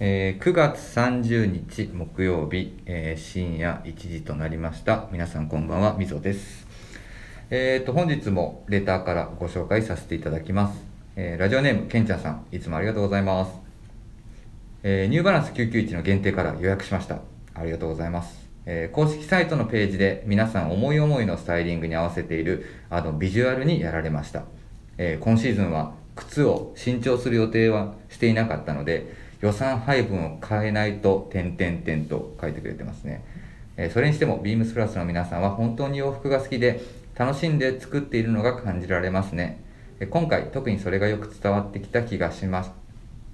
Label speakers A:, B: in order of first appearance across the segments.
A: えー9月30日木曜日、えー深夜1時となりました皆さんこんばんはみぞですえー、と本日もレターからご紹介させていただきます、えーラジオネームけんちゃんさんいつもありがとうございます、えーニューバランス991の限定から予約しましたありがとうございます、えー公式サイトのページで皆さん思い思いのスタイリングに合わせているあのビジュアルにやられました、えー今シーズンは靴を新調する予定はしていなかったので予算配分を変えないと点々点と書いてくれてますねえーそれにしてもビームスプラスの皆さんは本当に洋服が好きで楽しんで作っているのが感じられますねえー今回特にそれがよく伝わってきた気がします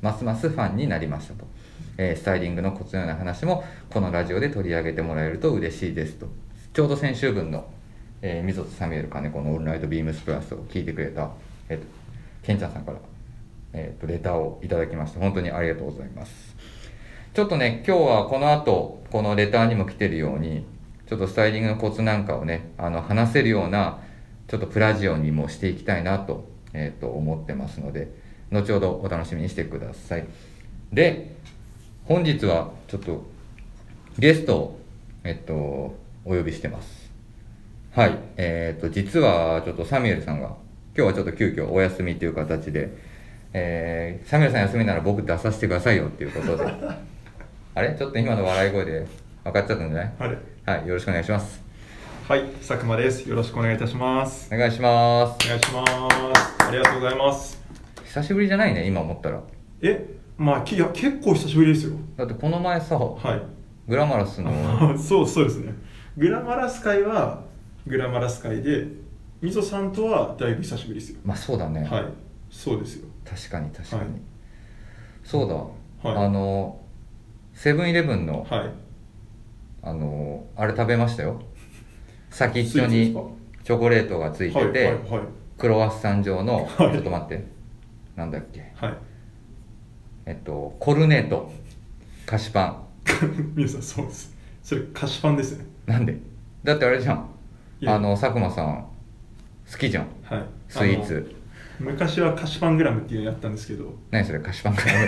A: ますますファンになりましたと、えースタイリングのコツのような話もこのラジオで取り上げてもらえると嬉しいですとちょうど先週分の、えー、溝とサミュエル金子の「オールナイトビームスプラス」を聞いてくれた、えーとケンちゃんさんから、えーとレターをいただきまして本当にありがとうございますちょっとね、今日はこの後、このレターにも来てるように、ちょっとスタイリングのコツなんかをね、あの、話せるような、ちょっとプラジオにもしていきたいなと、えっ、と、思ってますので、後ほどお楽しみにしてください。で、本日はちょっと、ゲストを、えっと、お呼びしてます。はい。えっ、と、実は、ちょっとサミュエルさんが、今日はちょっと急遽お休みという形で、えーサミュエルさん休みなら僕出させてくださいよっていうことで、あれちょっと今の笑い声で分かっちゃったんじゃない
B: あれ
A: はい、よろしくお願いします。
B: はい、佐久間です。よろしくお願いいたします。
A: お願いしま
B: お
A: す。
B: 願いします。ありがとうございます。
A: 久しぶりじゃないね、今思ったら。
B: え、まあ、きいや結構久しぶりですよ。
A: だってこの前さ、
B: はい。
A: グラマラ スの、
B: あそうそうですね。グラマラス会はグラマラス会で、みぞさんとはだいぶ久しぶりですよ。
A: まあそうだね、
B: はい、そうですよ。
A: 確かに確かに。
B: はい
A: そうだ、
B: はい
A: あの、セブンイレブンの、
B: はい。
A: あの、あれ食べましたよ。先っ
B: スイ
A: ちょ
B: ーツです
A: に
B: か
A: チョコレートがついてて、
B: はいはいはい
A: クロワッサン状の、
B: はい
A: ちょっと待って、なんだっけ、
B: はい。
A: えっと、コルネート、菓子パン。
B: みぞさん、そうです。それ、菓子パンですね。
A: なんでだってあれじゃん
B: いや
A: あの佐久間さん好きじゃん
B: はい。
A: スイーツ
B: あの。昔は菓子パングラムっていうのやったんですけど、
A: 何それ菓子パンかよ
B: の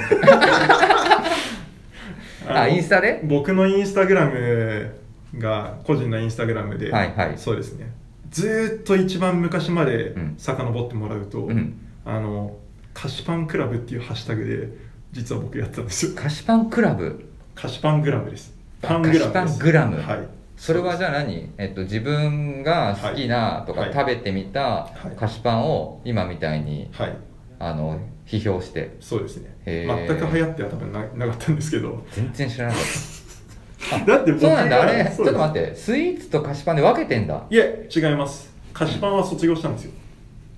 A: あインスタで
B: 僕のインスタグラムが個人のインスタグラムで、
A: はいはい
B: そうですねずーっと一番昔まで
A: うん
B: 遡ってもらうと、
A: うん
B: あの菓子パンクラブっていうハッシュタグで実は僕やってたんですよ
A: 菓子パンクラブ
B: 菓子パングラムです
A: あ
B: パングラムです
A: 菓子パングラム
B: はい
A: それはじゃあ何、えっと、自分が好きなとか、
B: はい
A: 食べてみた
B: はい
A: 菓子パンを今みたいに
B: はい
A: あの批評して
B: そうですね
A: へ
B: 全
A: ー
B: く流行っては多分ななかったんですけど
A: 全然知らなかった
B: だって僕
A: そうなんだあれち
B: そ
A: ょっ
B: うです
A: と待ってスイーツと菓子パンで分けてんだ
B: いえ違います菓子パンは卒業したんですよ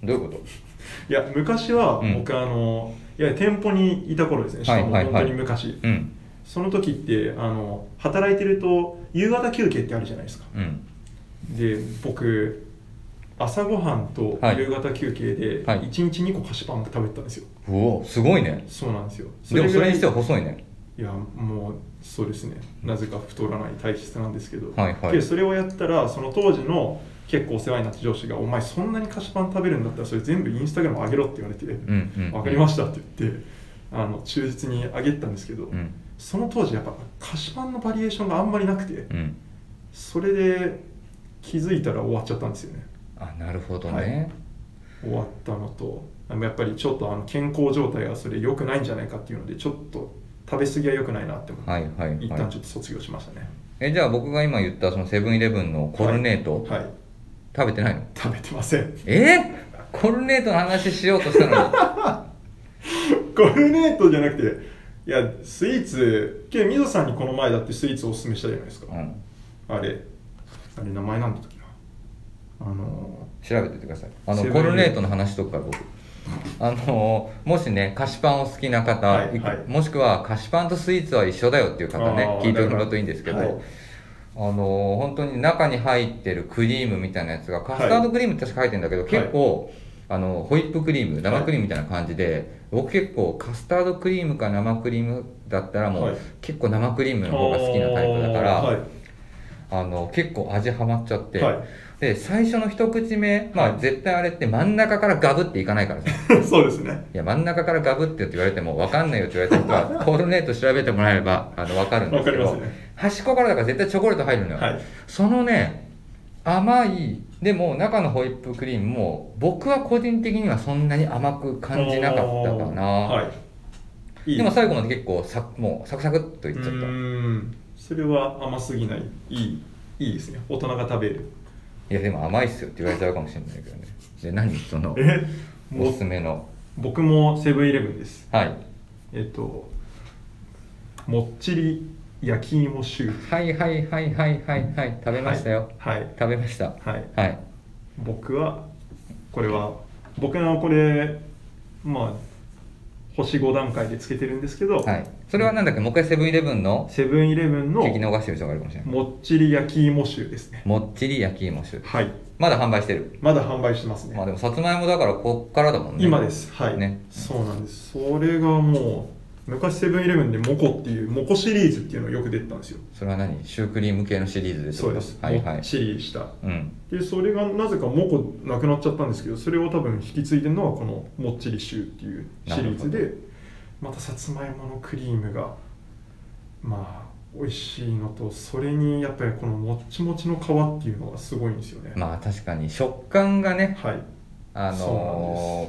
A: どういうこと
B: いや昔は
A: うん
B: 僕、あのいや店舗にいた頃ですねしかも
A: はいはい
B: 本
A: は
B: 当
A: い
B: に昔、
A: うん
B: その時ってあの働いてると夕方休憩ってあるじゃないですか
A: うん
B: で僕朝ごはんと
A: はい
B: 夕方休憩で
A: はい
B: 1日2個菓子パン食べてたんですよ、
A: うおすごいね
B: そうなんですよ
A: でもそれにしてはい細いね
B: いやもうそうですねなぜか太らない体質なんですけど、
A: はいはい
B: でそれをやったらその当時の結構お世話になった上司が「お前そんなに菓子パン食べるんだったらそれ全部インスタグラム上げろ」って言われて
A: うんうん
B: わかりま
A: し
B: した」って言ってあの忠実に上げてたんですけど、
A: うん
B: その当時やっぱ菓子パンのバリエーションがあんまりなくて、
A: うん
B: それで気づいたら終わっちゃったんですよね
A: あなるほどね、
B: はい終わったのとあのやっぱりちょっとあの健康状態がそれ良くないんじゃないかっていうのでちょっと食べ過ぎは良くないなって思って、
A: はいはいはい
B: 一旦ちょっと卒業しましたね
A: えじゃあ僕が今言ったそのセブンイレブンのコルネート、
B: はい、はい
A: 食べてないの
B: 食べてません
A: えー、コルネートの話しようとしたのに
B: コルネートじゃなくていやスイーツけどみぞさんにこの前だってスイーツをおすすめしたじゃないですか、
A: うん
B: あれあれ名前なんだったっけなあの
A: 調べててくださいあの
B: セブンイレブ
A: コ
B: ン
A: ルネートの話とか僕あのーもしね菓子パンを好きな方、
B: はいはい
A: もしくは菓子パンとスイーツは一緒だよっていう方ね
B: あー
A: 聞いてもらうといいんですけど、
B: はい
A: あのー本当に中に入ってるクリームみたいなやつがカスタードクリームって確か入ってるんだけど、
B: はい
A: 結構あのホイップクリーム生クリームみたいな感じで、僕結構カスタードクリームか生クリームだったらもう、
B: はい
A: 結構生クリームの方が好きなタイプだから、
B: はい
A: あの結構味ハマっちゃって、
B: はい
A: で最初の一口目、まあ、絶対あれって真ん中からガブっていかない からさ
B: そうですね
A: いや真ん中からガブってって言われても分かんないよって言われた 人はコールネート調べてもらえればあの分かるんで
B: わ
A: す
B: か
A: け
B: り
A: ど
B: ますね
A: 端っこからだから絶対チョコレート入るのよ、
B: はい
A: そのね甘いでも中のホイップクリームも僕は個人的にはそんなに甘く感じなかったかな、
B: はいいい
A: でも最後まで結構さもうサクサクっといっちゃ
B: う
A: った
B: ーんそれは甘すぎないいいいいですね大人が食べる
A: いやでも甘いっすよって言われちゃうかもしれないけどねで何その
B: えも
A: お
B: う
A: すすめの
B: 僕もセブンイレブンです
A: はい
B: えっともっちり焼き芋シュー
A: はいはいはいはいはいはい食べましたよ、
B: はい
A: 食べました
B: はい
A: はい
B: 僕はこれは僕のこれまあ星5段階でつけてるんですけど、
A: はいそれはなんだっけもう一回セブンイレブンの
B: セブンイレブンの
A: 聞き逃してる人がいるかもしれない
B: もっちり焼き芋シューですね
A: もっちり焼き芋酒
B: はい
A: まだ販売してる
B: まだ販売してますね
A: まあでもさつまいもだからこっからだもんね
B: 今ですはい、
A: ね
B: そうなんですそれがもう昔セブンイレブンでモコっていうモコシリーズっていうのがよく出てたんですよ
A: それは何シュークリーム系のシリーズです
B: そうです、
A: はいは
B: も
A: い
B: っちりした
A: うん
B: でそれがなぜかモコなくなっちゃったんですけどそれを多分引き継いでるのはこの「もっちりシュー」っていうシリーズ
A: な
B: でまたさつまいものクリームがまあ美味しいのとそれにやっぱりこのもっちもちの皮っていうのがすごいんですよね、
A: まあ確かに食感がね
B: はい
A: あの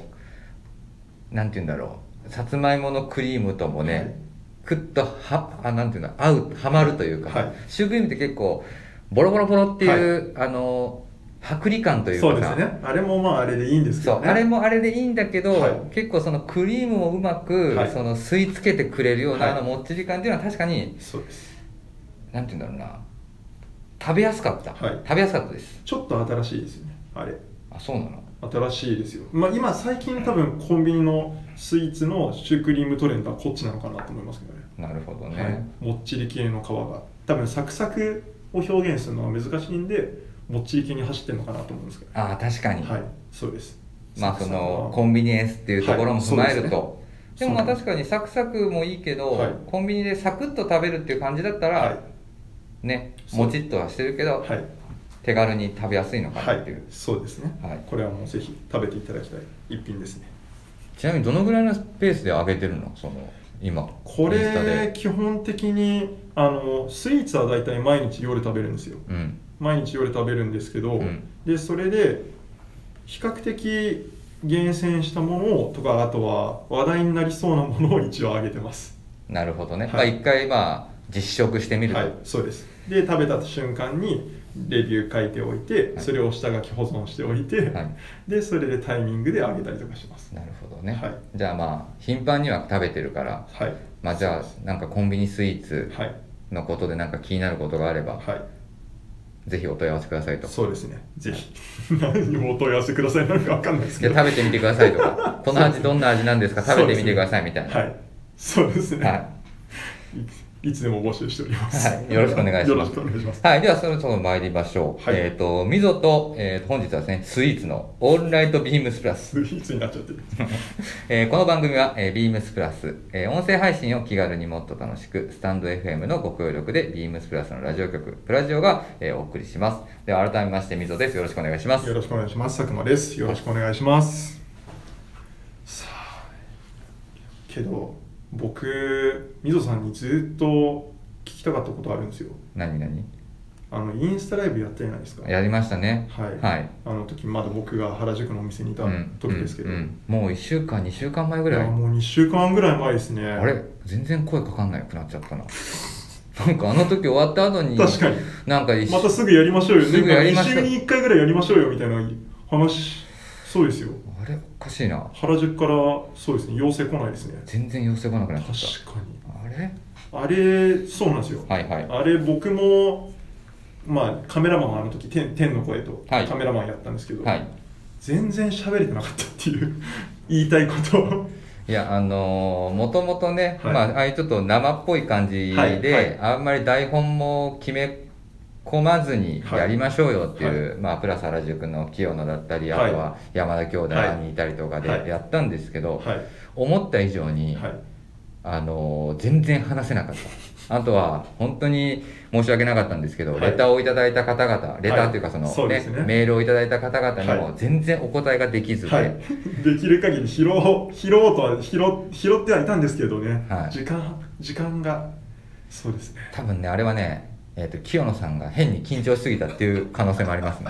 A: ーなんて言うんだろうさつまいものクリームともね、くっとはあなんていうの合うはまるというか、
B: はい
A: シュークリームって結構ボロボロボロっていう、あの剥離感と
B: はいい、
A: うか
B: そ
A: さ
B: うですねあれもまああれでいいんですけ
A: そ
B: ど
A: う
B: ね
A: あれもあれでいいんだけど、
B: はい
A: 結構そのクリームもうまく、
B: はい
A: その吸い付けてくれるような、
B: は
A: あ
B: い
A: のもっちり感っていうのは確かに
B: そうです
A: なんて言うんだろうな食べやすかった、
B: はい
A: 食べやすかったです
B: ちょっと新しいですよねあれ
A: あそうなの
B: 新しいですよ、まあ、今最近多分コンビニのスイーツのシュークリームトレンドはこっちなのかなと思いますけどね
A: なるほどね、
B: はい、もっちり系の皮が多分サクサクを表現するのは難しいんでもっちり系に走ってるのかなと思うんですけど、
A: ああ確かに、
B: はいそうです
A: まあその
B: コ
A: コ
B: ン
A: ンビニエンスっていうところも踏まえると、で
B: はそうですね
A: もまあ
B: そうなんです
A: 確かにサクサクもいいけど、
B: はい
A: コンビニでサクッと食べるっていう感じだったら、
B: はい
A: ね
B: そう
A: もちっとはしてるけど、
B: はい、
A: 手軽に食べやすいのか
B: は
A: なって
B: い
A: いう、、
B: そうですね、
A: はい
B: これはもうぜひ食べていただきたい一品ですね
A: ちなみにどのぐらいのペースで上げてるのその今
B: こ
A: インスタ
B: れ
A: で
B: 基本的にあのスイーツは大体毎日夜食べるんですよ
A: うん
B: 毎日夜食べるんですけど、
A: うん
B: でそれで比較的厳選したものをとかあとは話題になりそうなものを一応あげてます
A: なるほどね、
B: はい
A: まあ一回まあ実食してみると、
B: はいそうですで食べた瞬間にレビュー書いておいて、
A: はい
B: それを下書き保存しておいて、
A: はい
B: でそれでタイミングであげたりとかします
A: なるほどね、
B: はい
A: じゃあまあ頻繁には食べてるから
B: はい
A: まあじゃあなんかコンビニスイーツ
B: はい
A: のことでなんか気になることがあれば、
B: はい
A: ぜひお問い合わせくださいと
B: そうですねぜ ひ何をお問い合わせくださいなんかわかんないです
A: で
B: けど
A: 食べてみてくださいと かこの味どんな味なんですか食べてみてくださいみたいな、
B: はいそうですね、、
A: はい
B: つでも募集しております、
A: はいよろしくお願いします
B: よろしくお願いします
A: はい、ではそろそろ参りましょう。
B: はい
A: えっ、と、みぞと、えー、本日はですね、スイーツのオールライトビームスプラス。
B: スイーツになっちゃってる
A: えーこの番組は、えー、ビームスプラス、えー音声配信を気軽にもっと楽しく、スタンド FM のご協力で、ビームスプラスのラジオ局、プラジオが、えーお送りします。では改めましてみぞです。よろしくお願いします
B: よ。ろしくお願いします佐久間ですよろしくお願いしますさあけど僕みぞさんにずっと聞きたかったことあるんですよ
A: 何々
B: あのインスタライブやったじゃないですか
A: やりましたね。
B: はい、
A: はい。
B: あの時まだ僕が原宿のお店にいた
A: うん
B: 時ですけど、
A: うんうんもう1週間、2週間前ぐ
B: い
A: ら
B: や
A: い。
B: もう2週間ぐらい前ですね
A: あれ全然声かかんなくなっちゃったな。 なんかあの時終わった後に、
B: 確かに
A: なんか一
B: またすぐやりましょうよ
A: すぐやりましょう
B: 2週に1回ぐらいやりましょうよみたいな話そうですよ
A: あれおかしいな
B: 原宿からそうですね要請来ないですね
A: 全然寄せ来なくなっちゃっ
B: 確かに
A: たあれ
B: あれそうなんですよ、
A: はいはい
B: あれ僕もまあカメラマンはあの時天天の声と
A: はい
B: カメラマンやったんですけど、
A: はい
B: 全然喋れてなかったっていう 言いたいことを
A: いやあのー、もともとね、
B: はい
A: まあああいうちょっと生っぽい感じで、
B: はいはい
A: あんまり台本も決め込まずに
B: はい
A: やりましょうよっていう、まあプラス原宿の清野だったりあとは山田兄弟にいたりとか
B: はい
A: でやったんですけど、
B: は
A: 思った以上
B: い
A: に
B: はい
A: あの全然話せなか ったあとは本当に申し訳なかったんですけど、
B: はい
A: レターをいただいた方々レターというかその、
B: はいそうですね
A: メールをいただいた方々に
B: は
A: も全然お答えができずで、
B: はい、 できる限り拾おう拾おうとは拾拾ってはいたんですけどね、
A: はい
B: 時間時間がそうですね
A: 多分ねあれはね、えー、と清野さんが変に緊張しすぎたっていう可能性もあり ますね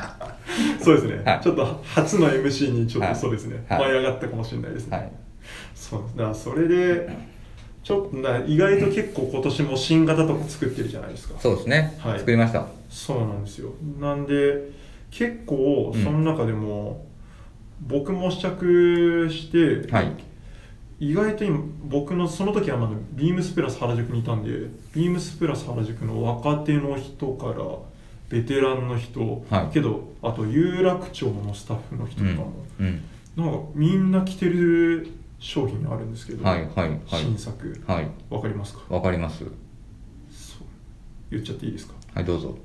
B: そうですね、
A: はい
B: ちょっと初の MC にちょっ
A: はい
B: とそうですね、
A: はい
B: 舞い上がったかもしれないですね、
A: はい
B: そうだからそれでちょっとな意外と結構今年も新型とか作ってるじゃないですか
A: そうですね、
B: はい
A: 作りました
B: そうなんですよなんで結構
A: うん
B: その中でも、僕も試着して、
A: はい
B: 意外と今僕のその時はまだビームスプラス原宿にいたんでビームスプラス原宿の若手の人からベテランの人、
A: はい
B: けどあと有楽町のスタッフの人
A: う
B: とか
A: ん
B: も、、
A: うん、
B: なんかみんな着てる商品あるんですけど、
A: はいはいはい
B: 新作
A: はい
B: わかりますか
A: わかります
B: そう言っちゃっていいですか
A: はいどうぞ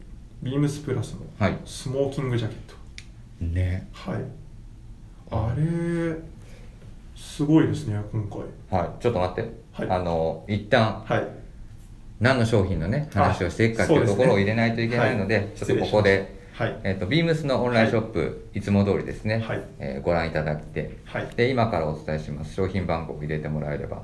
B: ビームスプラスの
A: はい
B: スモーキングジャケット
A: ね
B: はいあれすごいですね今回
A: はいちょっと待って、
B: はい
A: あの一旦
B: はい
A: 何の商品のね話をしていくかっていう
B: そ
A: と
B: うですね
A: ころを入れないといけないので、
B: はい
A: ちょっとここで、
B: はい
A: えっとビームスのオンラインショップ、い、つも通りですね、
B: はい
A: えーご覧いただいて
B: はい
A: で今からお伝えします商品番号を入れてもらえれば、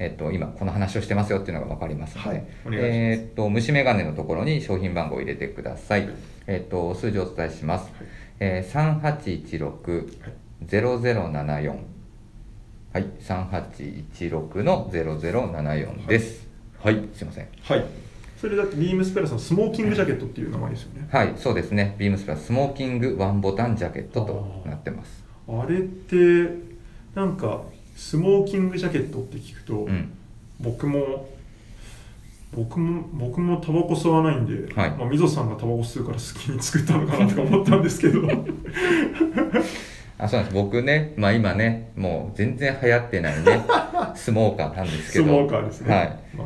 A: えっと今この話をしてますよっていうのが分かりますので、
B: はいお願いします
A: えっと虫眼鏡のところに商品番号を入れてください、えっと数字をお伝えします、
B: はい
A: えー、3816-0074はい3816の0074ですはい、すいません
B: はいそれだってビームスプラスのスモーキングジャケットっていう名前ですよね
A: はいそうですねビームスプラススモーキングワンボタンジャケットとなってます
B: あれってなんかスモーキングジャケットって聞くと、
A: うん
B: 僕も僕も僕もタバコ吸わないんで、
A: はい
B: まあ、溝さんがタバコ吸うから好きに作ったのかなとか思ったんですけど
A: あそうなんです僕ねまあ今ねもう全然流行ってない ねスモーカーなんですけど
B: スモーカーですね、
A: はい、
B: ま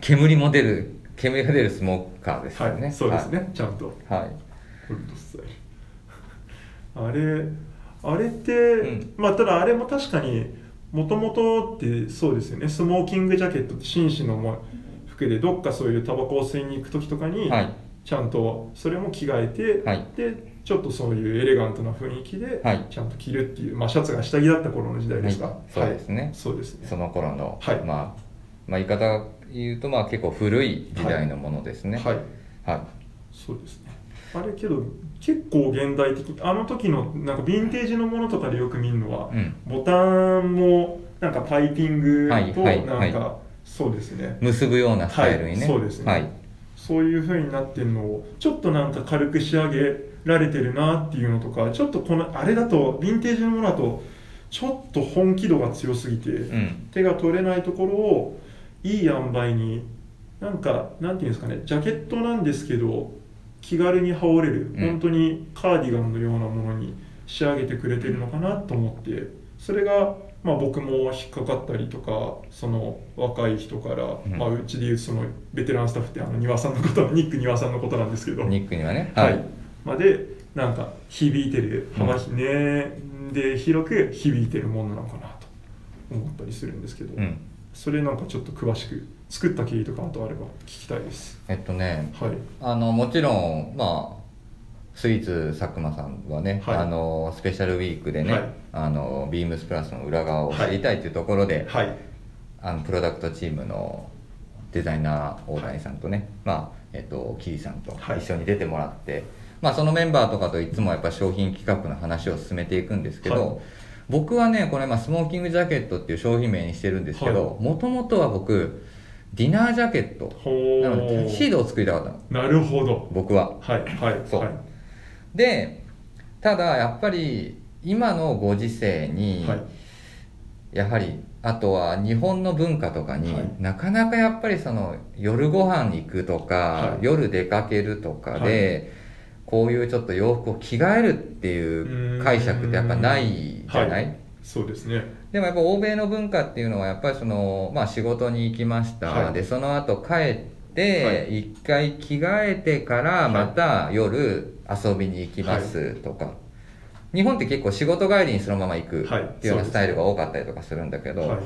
A: 煙も出る煙が出るスモーカーです
B: あ
A: よ
B: はい
A: ね
B: そうですね、ちゃんと
A: はい、はい
B: ホルドスタイルあれあれって、
A: うん
B: まあただあれも確かにもともとってそうですよねスモーキングジャケットって紳士のも服でどっかそういうタバコを吸いに行く時とかに、
A: はい
B: ちゃんとそれも着替えて、
A: はい
B: でちょっとそういうエレガントな雰囲気で
A: はい
B: ちゃんと着るっていう、まあ、シャツが下着だった頃の時代ですか、
A: はいそうですね
B: はいそうですね
A: その頃の、
B: はい
A: まあ、まあ言い方が言うとまあ結構古い時代のものですね
B: はい
A: はい、
B: そうですねあれけど結構現代的あの時のなんかヴィンテージのものとかでよく見るのは、
A: うん
B: ボタンもなんかパイピング
A: はい
B: と
A: はい
B: なんか、そうですね
A: 結ぶようなスタイルにね、
B: はいそうですね
A: はい
B: そういう風になってるのをちょっとなんか軽く仕上げられてるなっていうのとかちょっとこのあれだとヴィンテージのものだとちょっと本気度が強すぎて、
A: うん
B: 手が取れないところをいい塩梅になんかなんていうんですかねジャケットなんですけど気軽に羽織れる、
A: うん
B: 本当にカーディガンのようなものに仕上げてくれてるのかなと思ってそれが、まあ、僕も引っかかったりとかその若い人から、う
A: うん
B: まあ、うちでいうそのベテランスタッフってあの庭さんのことニック庭さんのことなんですけど。
A: ニックにはね
B: はい、までなんか響いてる幅ひ、年で広く響いてるものなのかなと思ったりするんですけど、
A: うん
B: それなんかちょっと詳しく作った経緯とかあとあれば聞きたいです
A: えっとね
B: はい
A: あのもちろんまあスイーツ佐久間さんはね、
B: はい
A: あのスペシャルウィークでね、
B: はい
A: あのビームスプラスの裏側を知りたいというところで、
B: はい
A: あのプロダクトチームのデザイナー大谷さんとね、まあえっとキリさんと
B: はい
A: 一緒に出てもらって、まあそのメンバーとかといつもやっぱ商品企画の話を進めていくんですけど、
B: は
A: 僕はねこれまあスモーキングジャケットっていう商品名にしてるんですけどもともとは僕ディナージャケット
B: ほ
A: なのでタキシー
B: ー
A: ドを作りたかったの
B: なるほど
A: 僕は。
B: はいはい
A: そう
B: はい
A: でただやっぱり今のご時世に、
B: はい
A: やはりあとは日本の文化とかに、
B: はい
A: なかなかやっぱりその夜ご飯行くとか、
B: はい
A: 夜出かけるとかで、こういうちょっと洋服を着替えるっていう解釈ってやっぱないじゃない、
B: はいそうですね
A: でもやっぱ欧米の文化っていうのはやっぱりその、まあ、仕事に行きました、
B: はい
A: でその後帰っ
B: は
A: て一回着替えてから
B: い
A: また夜遊びに行きますとか、日本って結構仕事帰りにそのまま行く
B: はい
A: っていうよう
B: そうで
A: な
B: す
A: スタイルが多かったりとかするんだけど、
B: はい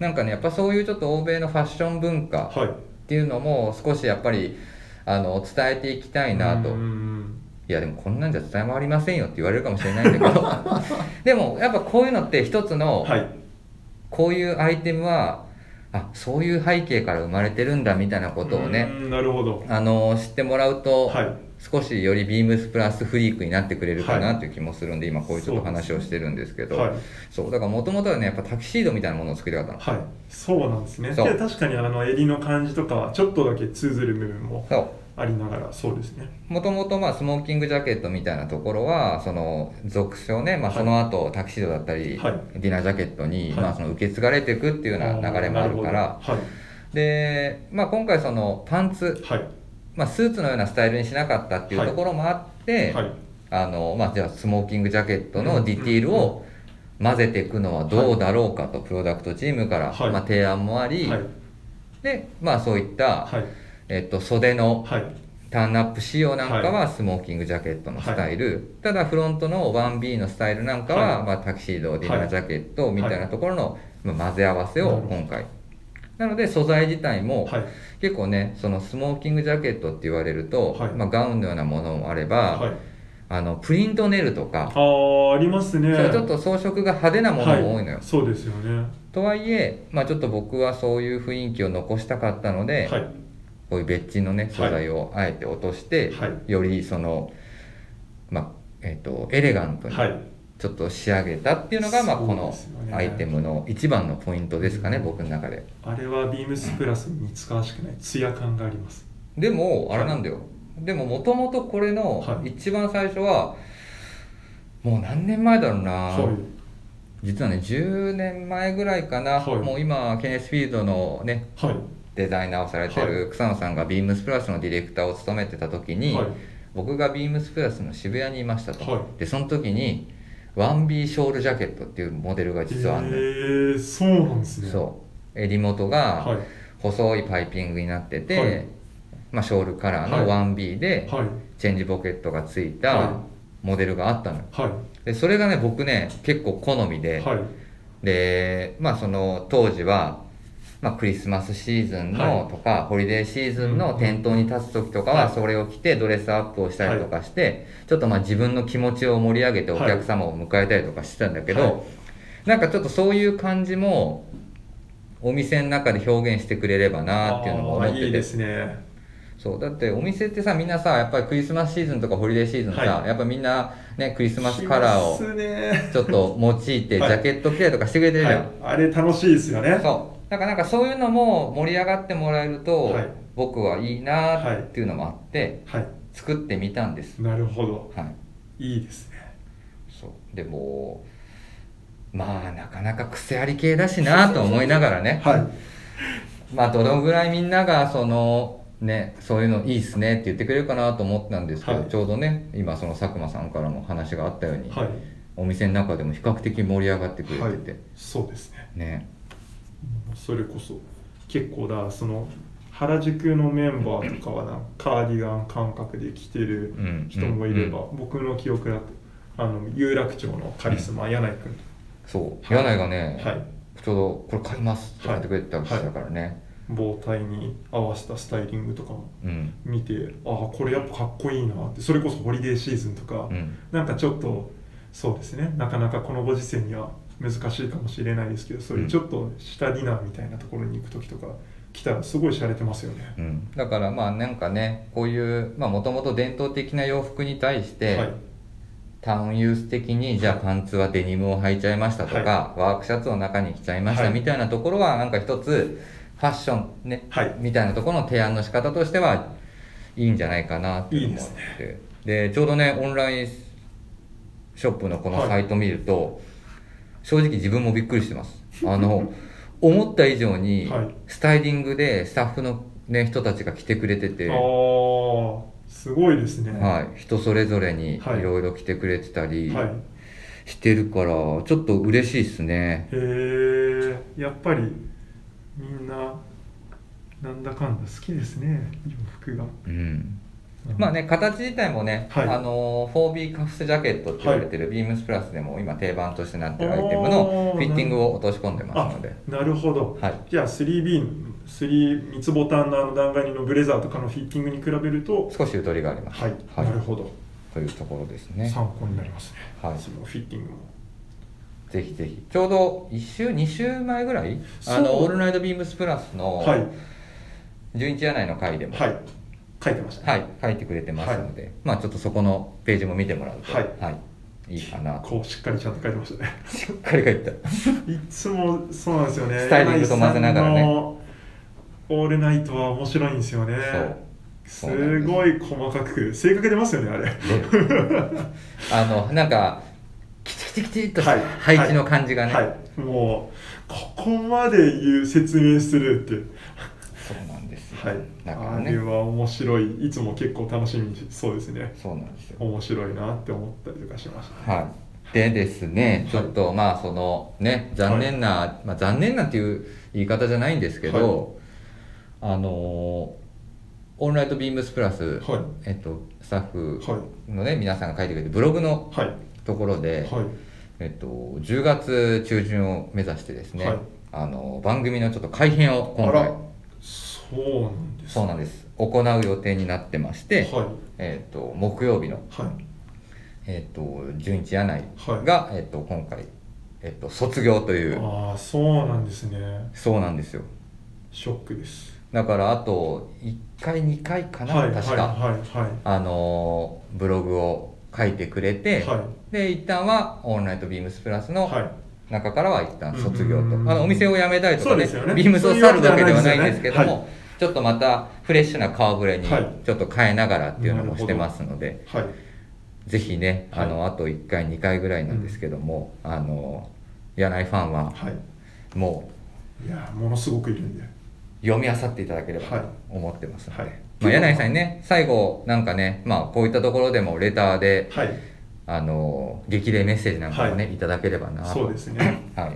A: なんかねやっぱそういうちょっと欧米のファッション文化
B: はい
A: っていうのも少しやっぱりあの伝えていきたいなと、
B: うー
A: い
B: ん
A: やでもこんなんじゃ伝え回りませんよって言われるかもしれないんだけ どでもやっぱこういうのって一つの、
B: はい
A: こういうアイテムはあそういう背景から生まれてるんだみたいなことを
B: う
A: ね、
B: ーんなるほど
A: あの知ってもらうと、
B: はい
A: 少しよりビームスプラスフリークになってくれるか
B: は
A: ないという気もするんで、今こういうちょっと話をしてるんですけどそう,、
B: はい
A: だからもともとはねやっぱタキシードみたいなものを作りたかった
B: はいそうなんですね
A: そう
B: で確かにあの襟の感じとかはちょっとだけ通ずる部分も
A: のそ
B: ありながらそうですね
A: うもともとまあスモーキングジャケットみたいなところはその属性をね、まあ、
B: はい
A: その後タキシードだったり、
B: はい
A: ディナージャケットに、
B: はい
A: まあ、その受け継がれていくっていうような流れもあるから
B: あーなる
A: で、まあ、今回そのパンツ
B: ほどはい
A: まあ、スーツのようなスタイルにしなかったっていう
B: はい
A: ところもあって、
B: はいはい
A: あのまあ、じゃあスモーキングジャケットのディティールを混ぜていくのはどうだろうかとプロダクトチームから、
B: はい
A: まあ、提案もあり、
B: はい
A: でまあ、そういった、
B: はい
A: えっと、袖の
B: はい
A: ターンアップ仕様なんかはスモーキングジャケットのスタイル、ただフロントの 1B のスタイルなんかは、
B: はい
A: まあ、タキシードディナージャケットみたいなところの、まあ、混ぜ合わせ
B: な
A: を
B: るほど
A: 今回なので素材自体も、
B: はい
A: 結構ねそのスモーキングジャケットって言われると、
B: はい
A: まあ、ガウンのようなものもあれば、
B: はい
A: あのプリントネルとか、
B: あーありますね
A: そういうちょっと装飾が派手なものも多いのよ、
B: はそうですよね
A: とはいえ、まあ、ちょっと僕はそういう雰囲気を残したかったので、
B: はい
A: こういう別地のね素材をあえて落として、
B: は
A: よりそのまあえっ、とエレガントに
B: はい
A: ちょっと仕上げたっていうのが、まあ
B: そう
A: この
B: ですよね
A: アイテムの一番のポイントですかね、
B: うん
A: 僕の中で
B: あれはビームスプラスに似つかわしくないツヤ感があります
A: でもあれなんだよ、でももともとこれの
B: はい
A: 一番最初は、もう何年前だろうな、
B: はい
A: 実はね10年前ぐらいかな、
B: はい
A: もう今ケネスフィールドのね
B: はい
A: デザイナーをされて
B: は
A: る草野さんがビームスプラスのディレクターを務めてた時に、
B: はい
A: 僕がビームスプラスの渋谷にいましたと、
B: はい
A: でその時に 1B ショールジャケットっていうモデルが実はあるんだよ、
B: えー、そうなんですね
A: そう襟元が
B: はい
A: 細いパイピングになってて、
B: はい
A: まあ、ショールカラーの 1B で、
B: はい
A: チェンジポケットがつい
B: は
A: たモデルがあったのよ
B: はい
A: でそれがね僕ね結構好みで、
B: はい
A: でまあその当時は、まあ、クリスマスシーズン
B: は
A: のとか、ホリデーシーズン
B: う
A: の
B: ん
A: 店頭に立つ時とか
B: は
A: はいそれを着てドレスアップをしたりとかして、ちょっとまあ自分の気持ちを盛り上げてお客様を迎えたりとかしてたんだけど、
B: はい
A: なんかちょっとそういう感じもお店の中で表現してくれればなっていうのも思って
B: あーい
A: て
B: いですね
A: そうだってお店ってさみんなさやっぱりクリスマスシーズンとかホリデーシーズンさ、
B: はい
A: やっぱみんなねクリスマスカラーを
B: しますね
A: ちょっと用いてジャケット着たりとかしてくれてるじゃん、
B: はいあれ楽しいですよね
A: そうだからなんかそういうのも盛り上がってもらえると、
B: はい
A: 僕はいいなーっていうのもあって
B: はい
A: 作ってみたんです
B: なるほど
A: はい
B: いいですね
A: そうでもまあなかなか癖あり系だしなーと思いながら ね
B: はい
A: まあどのぐらいみんながそのねそういうのいいっすねって言ってくれるかなと思ったんですけど、
B: はい
A: ちょうどね今その佐久間さんからも話があったように、
B: は
A: お店の中でも比較的盛り上がってくれ
B: い
A: て
B: はい
A: て、
B: そうですね
A: ね
B: それこそ結構だその原宿のメンバーとかはなカーディガン感覚で着てる
A: うん
B: 人もいれば、
A: うん
B: 僕の記憶だとあの有楽町のカリスマ、柳井君
A: そう、
B: はい
A: 柳井がね、
B: はい
A: ちょうどこれ買いますって言ってくれてたわけだからね、
B: 棒体に合わせたスタイリングとかも
A: うん
B: 見てああこれやっぱかっこいいなってそれこそホリデーシーズンとか、
A: うん
B: なんかちょっとそうですねなかなかこのご時世には難しいかもしれないですけどそういうちょっと下ディナーみたいなところに行く時とか来たらすごい洒落てますよね
A: う、ん、だからまあなんかねこういうもともと伝統的な洋服に対して、
B: はい
A: タウンユース的にじゃあパンツはデニムを履いちゃいましたとか、ワークシャツを中に着ちゃいました
B: はい
A: みたいなところはなんか一つファッションね、
B: はい
A: みたいなところの提案の仕方としてはいいんじゃないかなって思って
B: いいです
A: でちょうどねオンラインショップのこの
B: はい
A: サイト見ると、正直自分もびっくりしてますあ の思った以上に
B: はい
A: スタイリングでスタッフの、ね、人たちが来てくれてて、
B: あーすごいですね
A: はい、人それぞれにい
B: はい
A: ろいろ来てくれてたり、
B: はい
A: してるからちょっと嬉しいですね
B: へえやっぱりみんななんだかんだ好きですね洋服が
A: うん
B: うん
A: まあね、形自体もね、
B: はい
A: あの 4B カフスジャケットって言われてるビームスプラスでも今定番としてなってるアイテムの
B: おー
A: フィッティングを落とし込んでます
B: あ
A: ので、
B: なるほど、
A: はい
B: じゃあ 3B 3三つボタンのあの段階のブレザーとかのフィッティングに比べると
A: 少しゆとりがあります。
B: はい、
A: はい
B: なるほど、
A: というところですね。
B: 参考になりますね、
A: はい
B: そのフィッティングも
A: ぜひぜひ。ちょうど1週、2週前ぐらい、あの、
B: そう
A: オールナイトビームスプラスの
B: はい
A: 11夜内の回でも、
B: はい書いてましたね
A: はい、書いてくれてますので、まあちょっとそこのページも見てもらうと、
B: はい
A: い、いいかなと。
B: こうしっかりちゃんと書いてましたね
A: しっかり書いてある
B: いつもそうなんですよね
A: スタイリングと混ぜながらね
B: 柳井さんのオールナイトは面白いんですよね
A: そ
B: す
A: うそうなんです
B: ごい細かく正確出ますよねあれ
A: あの、なんか、きちきちきちっとした
B: はい
A: 配置の感じがね、
B: はいもうここまで言う説明するって
A: そうなんですよ。
B: はい、
A: だから
B: あれ
A: ね、
B: は面白いいつも結構楽しみにしそうですね
A: そうなんですよ。
B: 面白いなって思ったりとかしました、ね、
A: はい、でですね、ちょっと、まあそのね、残念な、まあ、残念なっていう言い方じゃないんですけど、あのーオンライトビームスプラス、
B: はい
A: えっと、スタッフ
B: は
A: のね、皆さんが書いてくれてブログの
B: はい
A: ところで、
B: はい
A: えっと、10月中旬を目指してですね、
B: はい
A: あの番組のちょっと改編を今
B: あ
A: 回
B: らそうなんです
A: そうなんです行う予定になってまして、
B: はい
A: えっと、木曜日の
B: はい
A: えっ、と純一柳
B: はい
A: が、えっ、と今回、えっと卒業という
B: ああそうなんですね
A: そうなんですよ
B: ショックです
A: だからあと1回2回かな、
B: はいはい
A: 確
B: は
A: か、
B: いはい
A: あのーブログを書いてくれて、
B: は
A: で一旦は「オンライトビームスプラス」の
B: は
A: 中からは一旦卒業と、
B: うん
A: あのお店を辞めたりとか
B: そう
A: ね
B: ですよね
A: ビームスを去るだけではないんですけども、
B: そういうわけではないですよね
A: ちょっとまたフレッシュな顔ぶれに
B: はい
A: ちょっと変えながらっていうのもしてますので、
B: いはい
A: ぜひね、あの、あと1回、2回ぐらいなんですけども、あの、柳井ファンは、
B: はい
A: も
B: いやものすごくいるんで
A: う、読み漁っていただければ
B: はい
A: と思ってますので、
B: はい
A: まあ、柳井さんにね、最後、なんかね、まあ、こういったところでも、レターで、
B: はい
A: あの、激励メッセージなんかもね、、
B: はい
A: ただければなと
B: そうですね
A: はい。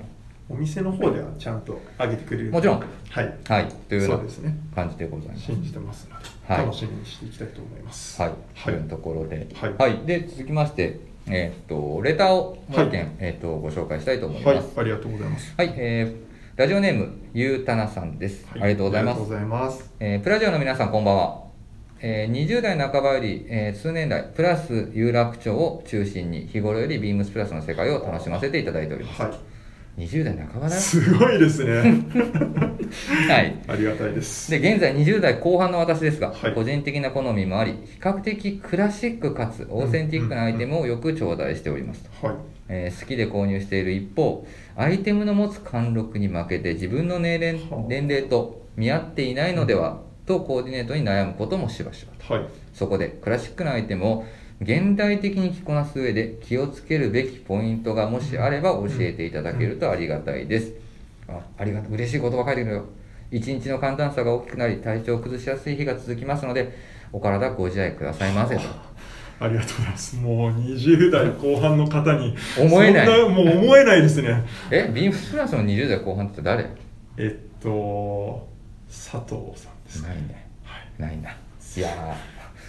B: お店の方ではちゃんと上げてくれる
A: もちろん
B: はい
A: はい。というよ
B: そうう
A: な
B: ですね
A: 感じでございます。
B: 信じてますので、
A: はい
B: 楽しみにしていきたいと思います
A: はい。と
B: はい
A: いうところで、
B: はい
A: で、続きまして、えーっと、レターを、もう一件、
B: はい
A: えーっと、ご紹介したいと思い
B: は
A: ま
B: い
A: す。
B: ありがとうございます、
A: はい、えーラジオネーム、ゆうたなさんです。ありがとうございます。
B: ありがとうございます
A: えープラジオの皆さんこんばんは、えー20代半ばより、えー数年来プラス有楽町を中心に日頃よりビームスプラスの世界を楽しませていただいております
B: は
A: 20代半ば
B: い
A: だよ
B: すごいですね
A: はい
B: ありがたいです
A: で現在20代後半の私ですが、
B: はい
A: 個人的な好みもあり比較的クラシックかつオーセンティックなアイテムをよく頂戴しておりますと、
B: はい
A: えー好きで購入している一方アイテムの持つ貫禄に負けて自分の年齢
B: はあ
A: 年齢と見合っていないのではとコーディネートに悩むこともしばしば
B: はい
A: そこでクラシックなアイテムを現代的に着こなす上で気をつけるべきポイントがもしあれば教えていただけるとありがたいです。あありがた嬉しい言葉書いてくれよ。一日の寒暖差が大きくなり体調を崩しやすい日が続きますのでお体ご自愛くださいませと。
B: ありがとうございますもう20代後半の方に
A: 思えない
B: そんなもう思えないですね
A: え、ビームスプラスの20代後半って誰
B: えっと佐藤さんです
A: ないね。
B: はい
A: ないな。いや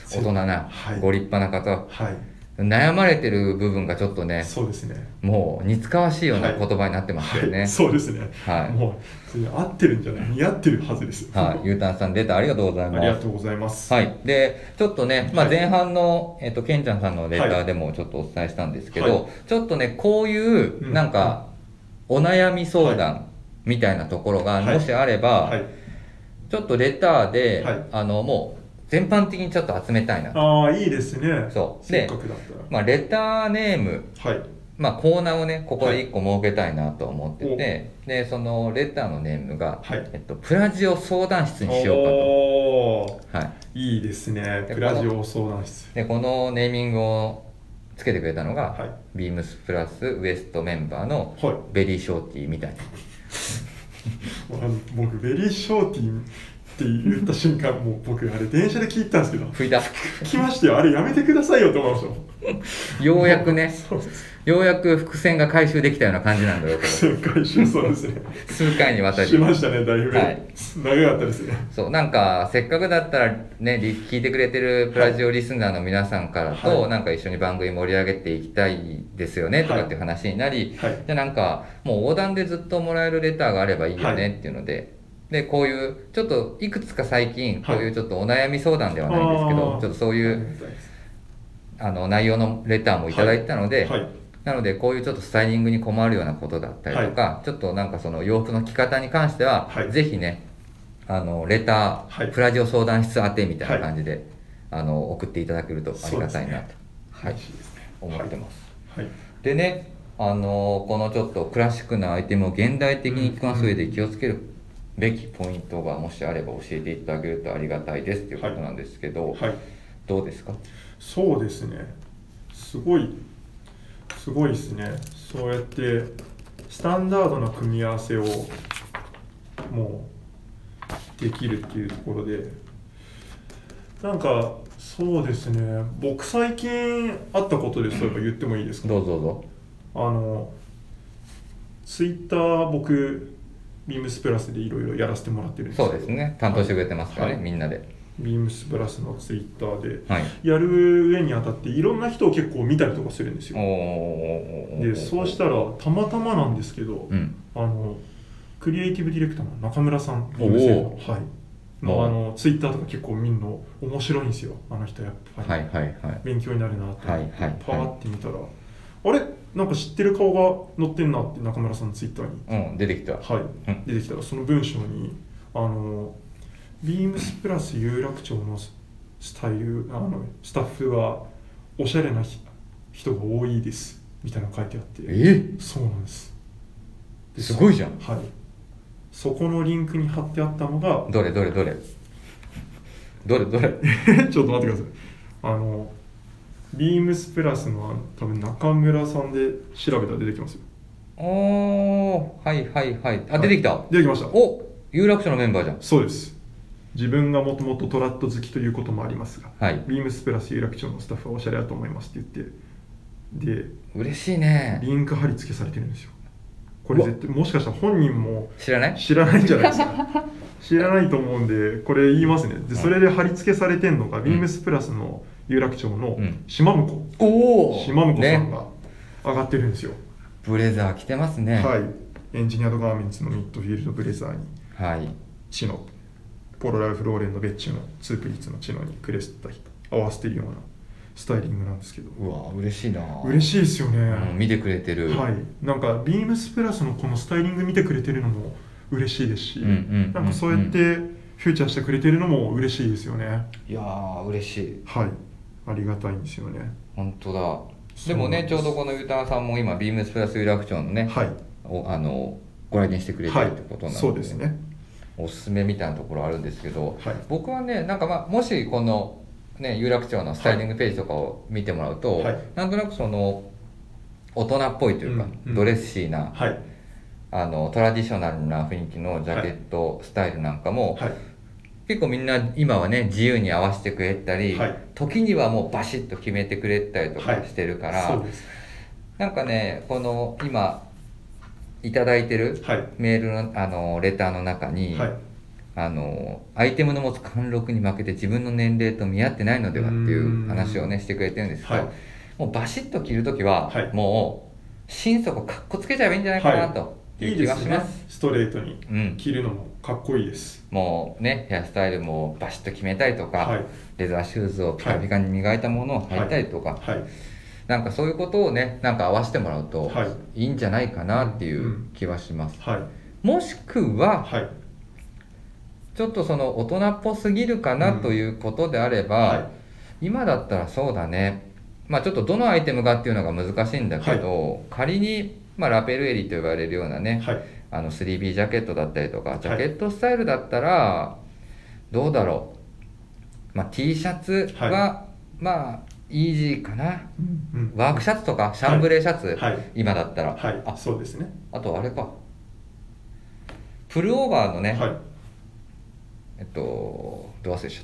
A: ー、大人な、
B: はい
A: ご立派な方。
B: はい
A: 悩まれてる部分がちょっとね、
B: そうですね
A: もう似つかわしいような言葉になってますよね。
B: はい、 そうですね、
A: はい
B: もうそれ合ってるんじゃない似合ってるはずです
A: はい、ゆうたんさん、レターありがとうござい
B: あ
A: ま
B: りが
A: す。
B: とうございます
A: はい、でちょっとね、まあ、
B: はい
A: 前半の、えっと、ケンちゃんさんのレタ
B: は
A: ー
B: い
A: でもちょっとお伝えしたんですけど、
B: はい
A: ちょっとね、こういうう、
B: ん
A: なんか、お悩み相談みたいなところが、
B: はい
A: もしあれば、
B: はい
A: ちょっとレターで、
B: はい
A: あのもう全般的にちょっと集めたいなと。
B: ああいいですね
A: そう
B: せっかくだったら、
A: まあ、レターネーム、
B: はい
A: まあ、コーナーをね、ここで1個設けたいなと思ってて、
B: はい
A: で、そのレターのネームが、
B: はい
A: えっと、プラジオ相談室にしようか
B: おおー
A: と。はい
B: いいですね
A: で
B: プラジオ相談室
A: でこのネーミングをつけてくれたのが、
B: はい
A: ビームスプラスウエストメンバーの
B: はい
A: ベリーショーティーみたいな
B: あの僕ベリーショーティーって言った瞬間もう僕あれ電車で聞いたんですけど
A: 吹いた
B: 来ましたよあれやめてくださいよと思いましたもん
A: ようやくね
B: そうです
A: ようやく伏線が回収できたような感じなんだろう け
B: 伏線回収そうですね
A: ど数回にわたり
B: しましたねだいぶ、
A: はい
B: 長かったですね
A: そうなんかせっかくだったらねリ聞いてくれてるプラジオリスナーの皆さんからと、
B: はい
A: なんか一緒に番組盛り上げていきたいですよねとかっていう話になり、
B: はい
A: でなんかもう横断でずっともらえるレターがあればいいよ
B: は
A: ねっていうので、でこういうちょっといくつか最近こ
B: はいう
A: いうちょっとお悩み相談ではないんですけど、
B: あー
A: ちょっとそう
B: あり
A: い
B: がと
A: う
B: うございます
A: あの内容のレターもいただいてたので、
B: はい
A: なのでこういうちょっとスタイリングに困るようなことだったりとか、ちょっとなんかその洋服の着方に関しては、
B: はい
A: ぜひねあのレター、
B: はい
A: プラジオ相談室宛てみたいな感じで、あの送っていただけるとありがたいなと、はい
B: 嬉しいですね
A: 思ってます。
B: はい、はい
A: でねあのこのちょっとクラシックなアイテムを現代的に着こなす上で気をつけるべきポイントがもしあれば教えていただけるとありがたいですということなんですけど、
B: はい、
A: どうですか
B: そうですねすごいすごいですねそうやってスタンダードな組み合わせをもうできるっていうところでなんかそうですね僕最近あったことでそういえば言ってもいいですか
A: どうぞどうぞ
B: あのツイッター僕ビームスプラスでいろいろやらせてもらってるんです
A: そうですね担当してくれてますからね、
B: はい
A: みんなで
B: ビームスプラスのツイッターで
A: はい
B: やる上にあたっていろんな人を結構見たりとかするんですよ
A: お
B: でそうした
A: ら
B: らたまたまなんですけど、
A: うん
B: あのクリエイティブディレクターの中村さん
A: おお
B: のはい
A: お
B: の
A: お
B: あのツイッターとか結構見るの面白いんですよあの人やっぱり、
A: はいはいはい
B: 勉強になるなと、
A: はいはいはい
B: パーって見たらあれなんか知ってる顔が載ってんなって中村さんのツイッターに
A: うん出てきた
B: はい、
A: うん
B: 出てきたらその文章にあのビームスプラス有楽町のススタイルあのスタッフがおしゃれなひ人が多いですみたいなの書いてあって
A: え
B: そうなんです
A: すごいじゃん
B: はいそこのリンクに貼ってあったのが
A: どれどれどれどれどれ
B: ちょっと待ってくださいあのビームスプラスのあの多分中村さんで調べたら出てきますよ
A: おーはいはいはいあ出てきた
B: 出てきました
A: お有楽町のメンバーじゃん
B: そうです自分がもともとトラッド好きということもありますが
A: はい
B: ビームスプラス有楽町のスタッフはおしゃれだと思いますって言ってで
A: 嬉しいね
B: リンク貼り付けされてるんですよこれ絶対もしかしたら本人も
A: 知らない
B: 知らないんじゃないです か知らないと思うんでこれ言いますねでそれで貼り付けされてんのが、ビームスプラスの有楽町の
A: うん
B: 島婿、
A: おお
B: 島婿さん
A: ね、
B: が上がってるんですよ、
A: ブレザー着てますね
B: はいエンジニアードガーメンツのミッドフィールドブレザーに
A: はい、
B: チノポロラルフローレンのベッチュのツープリッツのチノにクレスタ合わせてるようなスタイリングなんですけど
A: うわ嬉しいな
B: 嬉しいですよね、
A: うん、見てくれてる、
B: はいなんかビームスプラスのこのスタイリング見てくれてるのも嬉しいですし、
A: うんうんうん
B: なんかそうやってフューチャーしてくれてるのも嬉しいですよね
A: い、やー嬉しい
B: はいありがたいんですよね
A: 本当だ
B: す
A: でもねちょうどこのゆうたんさんも今ビームスプラス有楽町のね、
B: はい
A: おあのご来店してくれて
B: はい
A: るってことなので、
B: そうですね
A: おすすめみたいなところあるんですけど
B: はい
A: 僕はねなんか、まあ、もしこの、ね、有楽町のスタイリングページとかを見てもらうと、
B: はい
A: なんとなくその大人っぽいというか、
B: うんうん
A: ドレッシーな
B: はい
A: あのトラディショナルな雰囲気のジャケット、スタイルなんかも、
B: はい
A: 結構みんな今はね自由に合わせてくれたり、
B: はい
A: 時にはもうバシッと決めてくれたりと
B: は
A: か
B: い
A: してるから、
B: そうですね
A: なんかねこの今いただいてる
B: はい
A: メールのあのレターの中に、
B: はい
A: あのアイテムの持つ貫禄に負けて自分の年齢と見合ってないのではっていう話をねしてくれてるんですけど、
B: はい
A: もうバシッと着る時は、
B: はい
A: もう心底かっこつけちゃえばいいんじゃないかなとい
B: いうい
A: 気
B: で
A: が
B: す
A: し
B: ね
A: ます。
B: ストレートに
A: うん、
B: 着るのもかっこいいです
A: もうねヘアスタイルもバシッと決めたりとか、
B: はい
A: レザーシューズをピカピカに磨いたものを履いたりとか、
B: はい
A: なんかそういうことをねなんか合わせてもらうと
B: はい
A: いいんじゃないかなってい
B: んう
A: うん気はします、
B: はい
A: もしくは
B: はい
A: ちょっとその大人っぽすぎるかな
B: うん
A: ということであれば、
B: はい
A: 今だったらそうだねまあちょっとどのアイテムがっていうのが難しいんだけど、仮に、まあ、ラペルエリと呼ばれるようなね、
B: はい
A: あの 3B ジャケットだったりとか
B: い
A: ジャケットスタイルだったらどうだろう、まあ、T シャツは、
B: は
A: まあイージーかな
B: うん
A: ワークシャツとかシャンブレーシャツ、
B: はい
A: 今だったら、
B: は
A: あ
B: いそうですね
A: あとあれかプルオーバーのね、
B: はい
A: えっとど忘れしちゃっ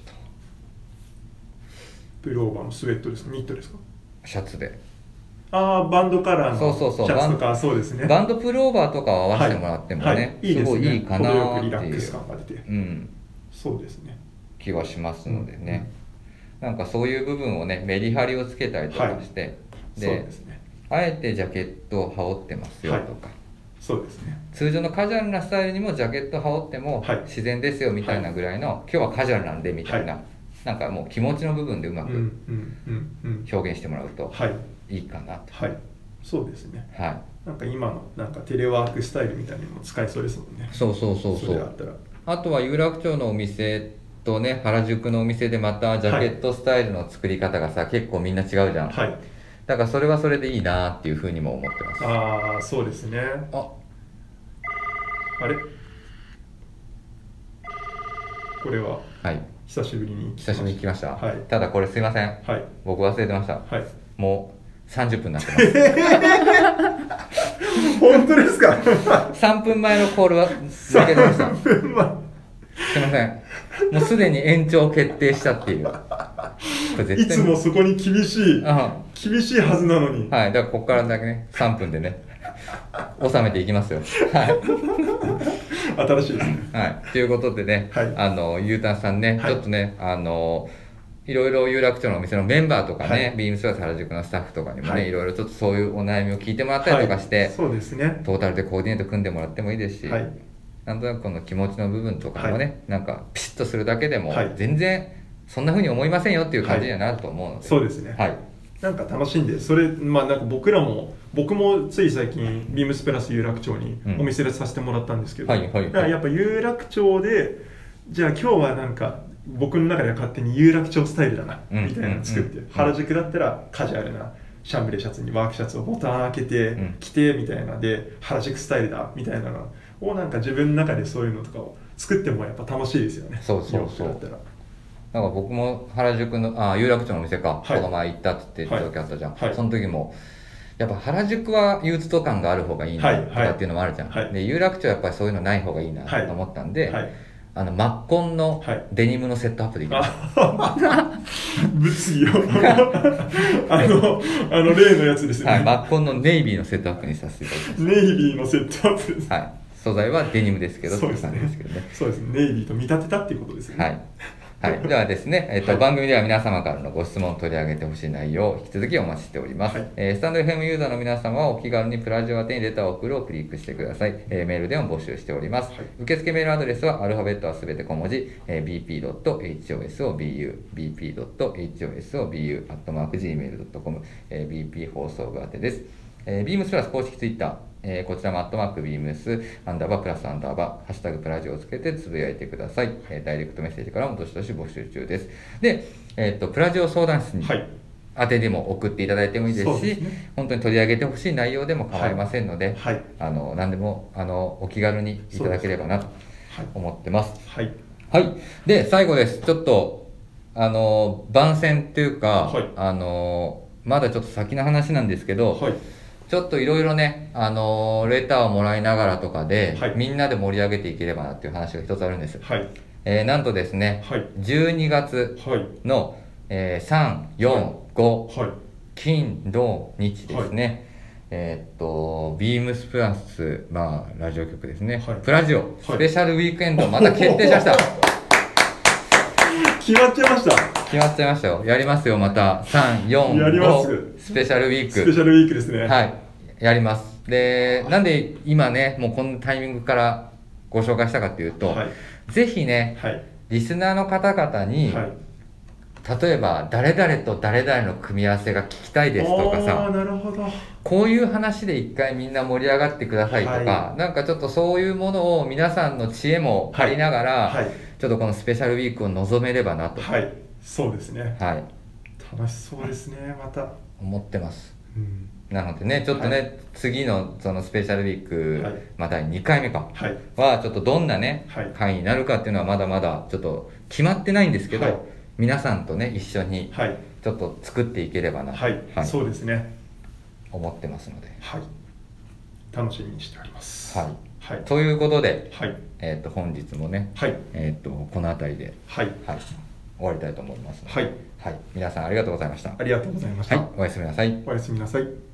B: プローバーのスウェットですかニットですか
A: たシャツで
B: ああバンドカラー
A: そ
B: の
A: うそうそう
B: シャツとかそうですね
A: バンドプローバーとかを合わせてもらってもね、
B: はいはい、いいですす
A: ご
B: ね
A: いいいかな
B: 程よ
A: っ
B: く
A: て
B: リラック
A: い
B: ス
A: う、
B: 感が出て
A: うん、
B: そうですね
A: 気はしますのでね、なんかそういう部分をねメリハリをつけたりとかして、
B: そう
A: で
B: ですね
A: あえてジャケットを羽織ってますよとか、
B: そうですね
A: 通常のカジュアルなスタイルにもジャケット羽織っても
B: はい
A: 自然ですよみたいなぐらいの、今日はカジュアルなんでみたいな、
B: は
A: なんかもう気持ちの部分でう
B: う
A: ま
B: ん
A: く
B: うんうんうん
A: 表現してもらうと
B: はい
A: いいかなと、
B: はいそうですね
A: はい
B: なんか今のなんかテレワークスタイルみたいにも使えそうですもんね
A: そうそうそうそ
B: れがあ
A: う
B: ったら
A: あとは有楽町のお店とね原宿のお店でまたジャケットスタイルの作り方がさ、結構みんな違うじゃん、
B: はい
A: だからそれはそれでいいなっていうふうにも思ってます
B: ああそうですねあ
A: あ
B: れこれは
A: はい
B: 久しぶりに
A: 久しぶりに来ました、
B: はい
A: ただこれすいません
B: はい
A: 僕忘れてました
B: はい
A: もう30分になってま
B: 本当ですか
A: す3分前のコールは抜けてました
B: 3分前
A: すいませんもうすでに延長決定したっていうこれ
B: いつも
A: うん
B: そこに厳しい
A: は
B: 厳しいはずなのに
A: いだからここからだけね3分でね収めていきますよは
B: 新しいですね
A: い、はい、ということでね、
B: はい
A: あのゆうたんさんね、
B: はい
A: ちょっとねあのいろいろ有楽町のお店のメンバーとかね、
B: はい
A: ビームスプラス原宿のスタッフとかにもね、、
B: はいい
A: ろいろちょっとそういうお悩みを聞いてもらったりとかして、
B: はい、そうですね
A: トータルでコーディネート組んでもらってもいいですし、
B: はい
A: なんとなくこの気持ちの部分とかもね、
B: は
A: なんかピシッとするだけでも、
B: はい
A: 全然そんな風に思いませんよっていう感じにはなると思うので、
B: そうですね、
A: はい、
B: なんか楽しんでそれまあなんか僕らも僕もつい最近ビームスプラス有楽町に
A: うん
B: お店でさせてもらったんですけど、
A: はいはいはい
B: だからやっぱ有楽町でじゃあ今日はなんか僕の中では勝手に有楽町スタイルだな、
A: うん
B: みたいなの作って、
A: うんうん
B: 原宿だったらカジュアルなシャンブレーシャツにワークシャツをボタン開けて、
A: うん
B: 着てみたいなで原宿スタイルだみたいなのをなんか自分の中でそういうのとかを作ってもやっぱ楽しいですよね
A: そうそうそう
B: 洋服だったら
A: なんか僕も原宿のあ有楽町のお店か、
B: はい
A: この前行ったって言った時あったじゃん、
B: はい
A: その時もやっぱ原宿は憂鬱と感がある方がいい
B: は
A: ない
B: はい
A: とかっていうのもあるじゃん、
B: はい
A: で有楽町はやっぱりそういうのない方がいいなと思ったんで、
B: はい
A: あのマッコンの
B: はい
A: デニムのセットアップで行きました、
B: 物議をあのあの例のやつですね、
A: はい、マッコンのネイビーのセットアップにさせていただきま
B: ネイビーのセットアップです
A: す、はい、素材はデニムですけどって
B: そう
A: い
B: で
A: う
B: す
A: 感
B: ね
A: じですけどね
B: そうですねネイビーと見立てたっていうことですよね
A: はい。はい、ではですね、えっと
B: はい
A: 番組では皆様からのご質問を取り上げてほしい内容を引き続きお待ちしております、
B: はい
A: えースタンド FM ユーザーの皆様はお気軽にプラジオ宛てにレターを送るをクリックしてください、えーメールでも募集しております、
B: はい
A: 受付メールアドレスはアルファベットはすべて小文字、えー bp.hosobu bp.hosobu アットマーク gmail.com、えー bp 放送部宛てです、えー、ビームスプラス公式ツイッター、えーこちらもアットマークビームスアンダーバープラスアンダーバーハッシュタグプラジオをつけてつぶやいてください、えーダイレクトメッセージからもどしどし募集中ですで、えーっとプラジオ相談室に
B: はい
A: 宛てでも送っていただいてもいいで
B: そ
A: す
B: う
A: し
B: ですね
A: 本当に取り上げてほしい内容でも構いませんので、
B: はい
A: あの何でもあのお気軽にいただければなと思ってます
B: はい
A: はい。で、最後です。ちょっと、あの、番宣というか、
B: はい
A: あの、まだちょっと先の話なんですけど、
B: はい
A: ちょっといろいろね、あの、レターをもらいながらとかで、
B: はい
A: みんなで盛り上げていければなっていう話が一つあるんです。
B: はい
A: えーなんとですね、
B: はい
A: 12月
B: はい
A: の、えー3、4、5、
B: はい
A: 金、土、日ですね。えーっと、ビームスプラス、まあ、ラジオ局ですね。
B: はい
A: プラジオ、
B: い
A: スペシャルウィークエンド、また決定しま した。
B: 決まっちゃいました
A: 決まっちゃいましたよやりますよまた
B: やります
A: 345スペシャルウィー
B: スペ
A: ク
B: シャルウィークですね
A: はいやりますでなんで今ねもうこのタイミングからご紹介したかっていうと、
B: はい
A: ぜひね
B: はい
A: リスナーの方々に、
B: はい
A: 例えば誰々と誰々の組み合わせが聞きたいですとか
B: ああ
A: さ
B: なるほど
A: こういう話で一回みんな盛り上がってくださいとか、
B: は
A: なんかちょっとそういうものを皆さんの知恵も借りながら、
B: はい
A: ちょっとこのスペシャルウィークを望めればなと、
B: はいそうですね
A: はい、
B: 楽しそうですねまた
A: 思ってます
B: うん
A: なのでねちょっとね、
B: は
A: 次のそのスペシャルウィーク、
B: はい
A: まあ第2回目か
B: はい
A: はちょっとどんなね、
B: はい
A: 会になるかっていうのはまだまだちょっと決まってないんですけど、
B: はい
A: 皆さんとね一緒に
B: はい
A: ちょっと作っていければな、
B: はいそうですね
A: 思ってますので、
B: はい楽しみにしております
A: はい
B: はい
A: ということで、
B: はい
A: えー、と本日もね、
B: はい
A: えー、とこの辺りで、
B: はい
A: はい、終わりたいと思いますので
B: はい
A: はい、皆さんありがとうございました。
B: ありがとうございまし
A: は
B: た、
A: い、おやすみなさい。
B: おやすみなさい